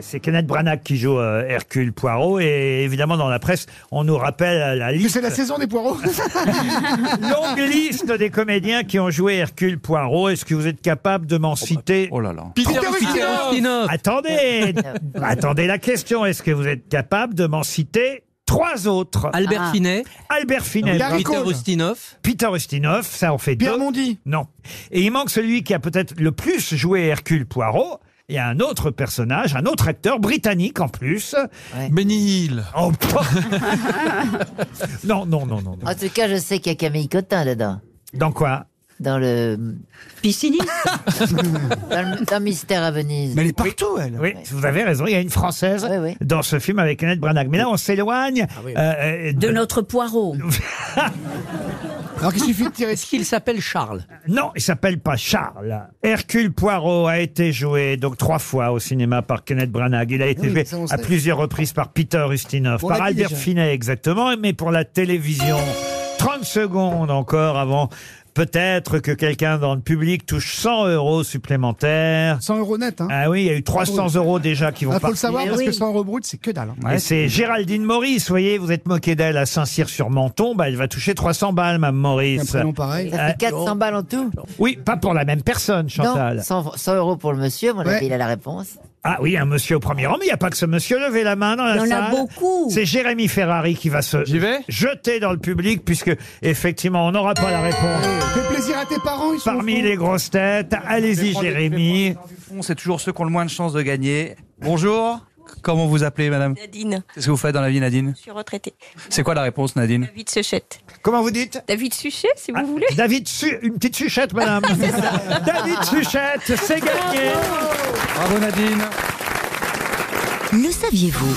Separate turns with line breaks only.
c'est Kenneth Branagh qui joue euh, Hercule Poirot. Et évidemment, dans la presse, on nous rappelle la liste.
C'est la saison des poireaux.
Longue liste des comédiens qui ont joué Hercule Poirot. Est-ce que vous êtes capable de m'en citer
Oh là là.
Peter
Ah. Attendez, attendez la question. Est-ce que vous êtes capable de m'en citer trois autres
Albert
Ah.
Finet,
Albert Finet,
Gary
Peter
Cohn.
Ustinov,
Peter Ustinov, ça en fait
Pierre
deux.
Mondi.
Non. Et il manque celui qui a peut-être le plus joué Hercule Poirot. Il y a un autre personnage, un autre acteur britannique en plus.
Benny Hill.
Oh, non, non, non, non, non.
En tout cas, je sais qu'il y a Camille Cotin dedans.
Dans quoi
Dans le.
Piscini.
Dans, le- dans Mystère à Venise.
Mais elle est partout, elle.
Oui, vous avez raison, il y a une Française
Oui, oui.
dans ce film avec Annette Branagh. Mais là, on s'éloigne euh, euh,
De notre poireau.
Alors qu'il suffit de tirer.
Est-ce qu'il s'appelle Charles
Non, il s'appelle pas Charles. Hercule Poirot a été joué donc trois fois au cinéma par Kenneth Branagh. Il a été
Oui,
joué
ça, on
à
sait.
plusieurs reprises par Peter Ustinov,
On
par
l'a dit
Albert
déjà.
Finet exactement, mais pour la télévision. 30 secondes encore avant peut-être que quelqu'un dans le public touche 100 euros supplémentaires.
100 euros net, hein.
Ah oui, il y a eu 300 euros déjà qui vont
Ah, faut le
partir.
savoir,
Mais
parce
oui.
que 100 euros brut, c'est que dalle. hein.
Et c'est Géraldine Maurice, voyez, vous êtes moqué d'elle à Saint-Cyr-sur-Menton, bah, elle va toucher 300 balles, Mme
Un
Maurice.
prénom pareil.
Ça fait
Euh,
400 balles en tout
Oui, pas pour la même personne, Chantal.
Non, 100, 100 euros pour le monsieur, à mon
Ouais.
avis, il a la réponse.
Ah oui, un monsieur au premier rang, mais il n'y a pas que ce monsieur. Levez la main dans la
Il y en a
salle.
beaucoup.
C'est Jérémy Ferrari qui va se
J'y vais
jeter dans le public, puisque effectivement, on n'aura pas la réponse.
Fais plaisir à tes parents, ils sont
Parmi
fous.
les grosses têtes, allez-y Jérémy.
C'est toujours ceux qui ont le moins de chances de gagner. Bonjour. Comment vous appelez, madame
Nadine,
Qu'est-ce que vous faites dans la vie, Nadine
je suis retraitée.
C'est quoi la réponse, Nadine
David Suchette.
Comment vous dites
David Suchet, si vous
Ah,
voulez.
David, Su- une petite suchette, madame. David Suchette, c'est gagné.
Bravo, Nadine.
Le saviez-vous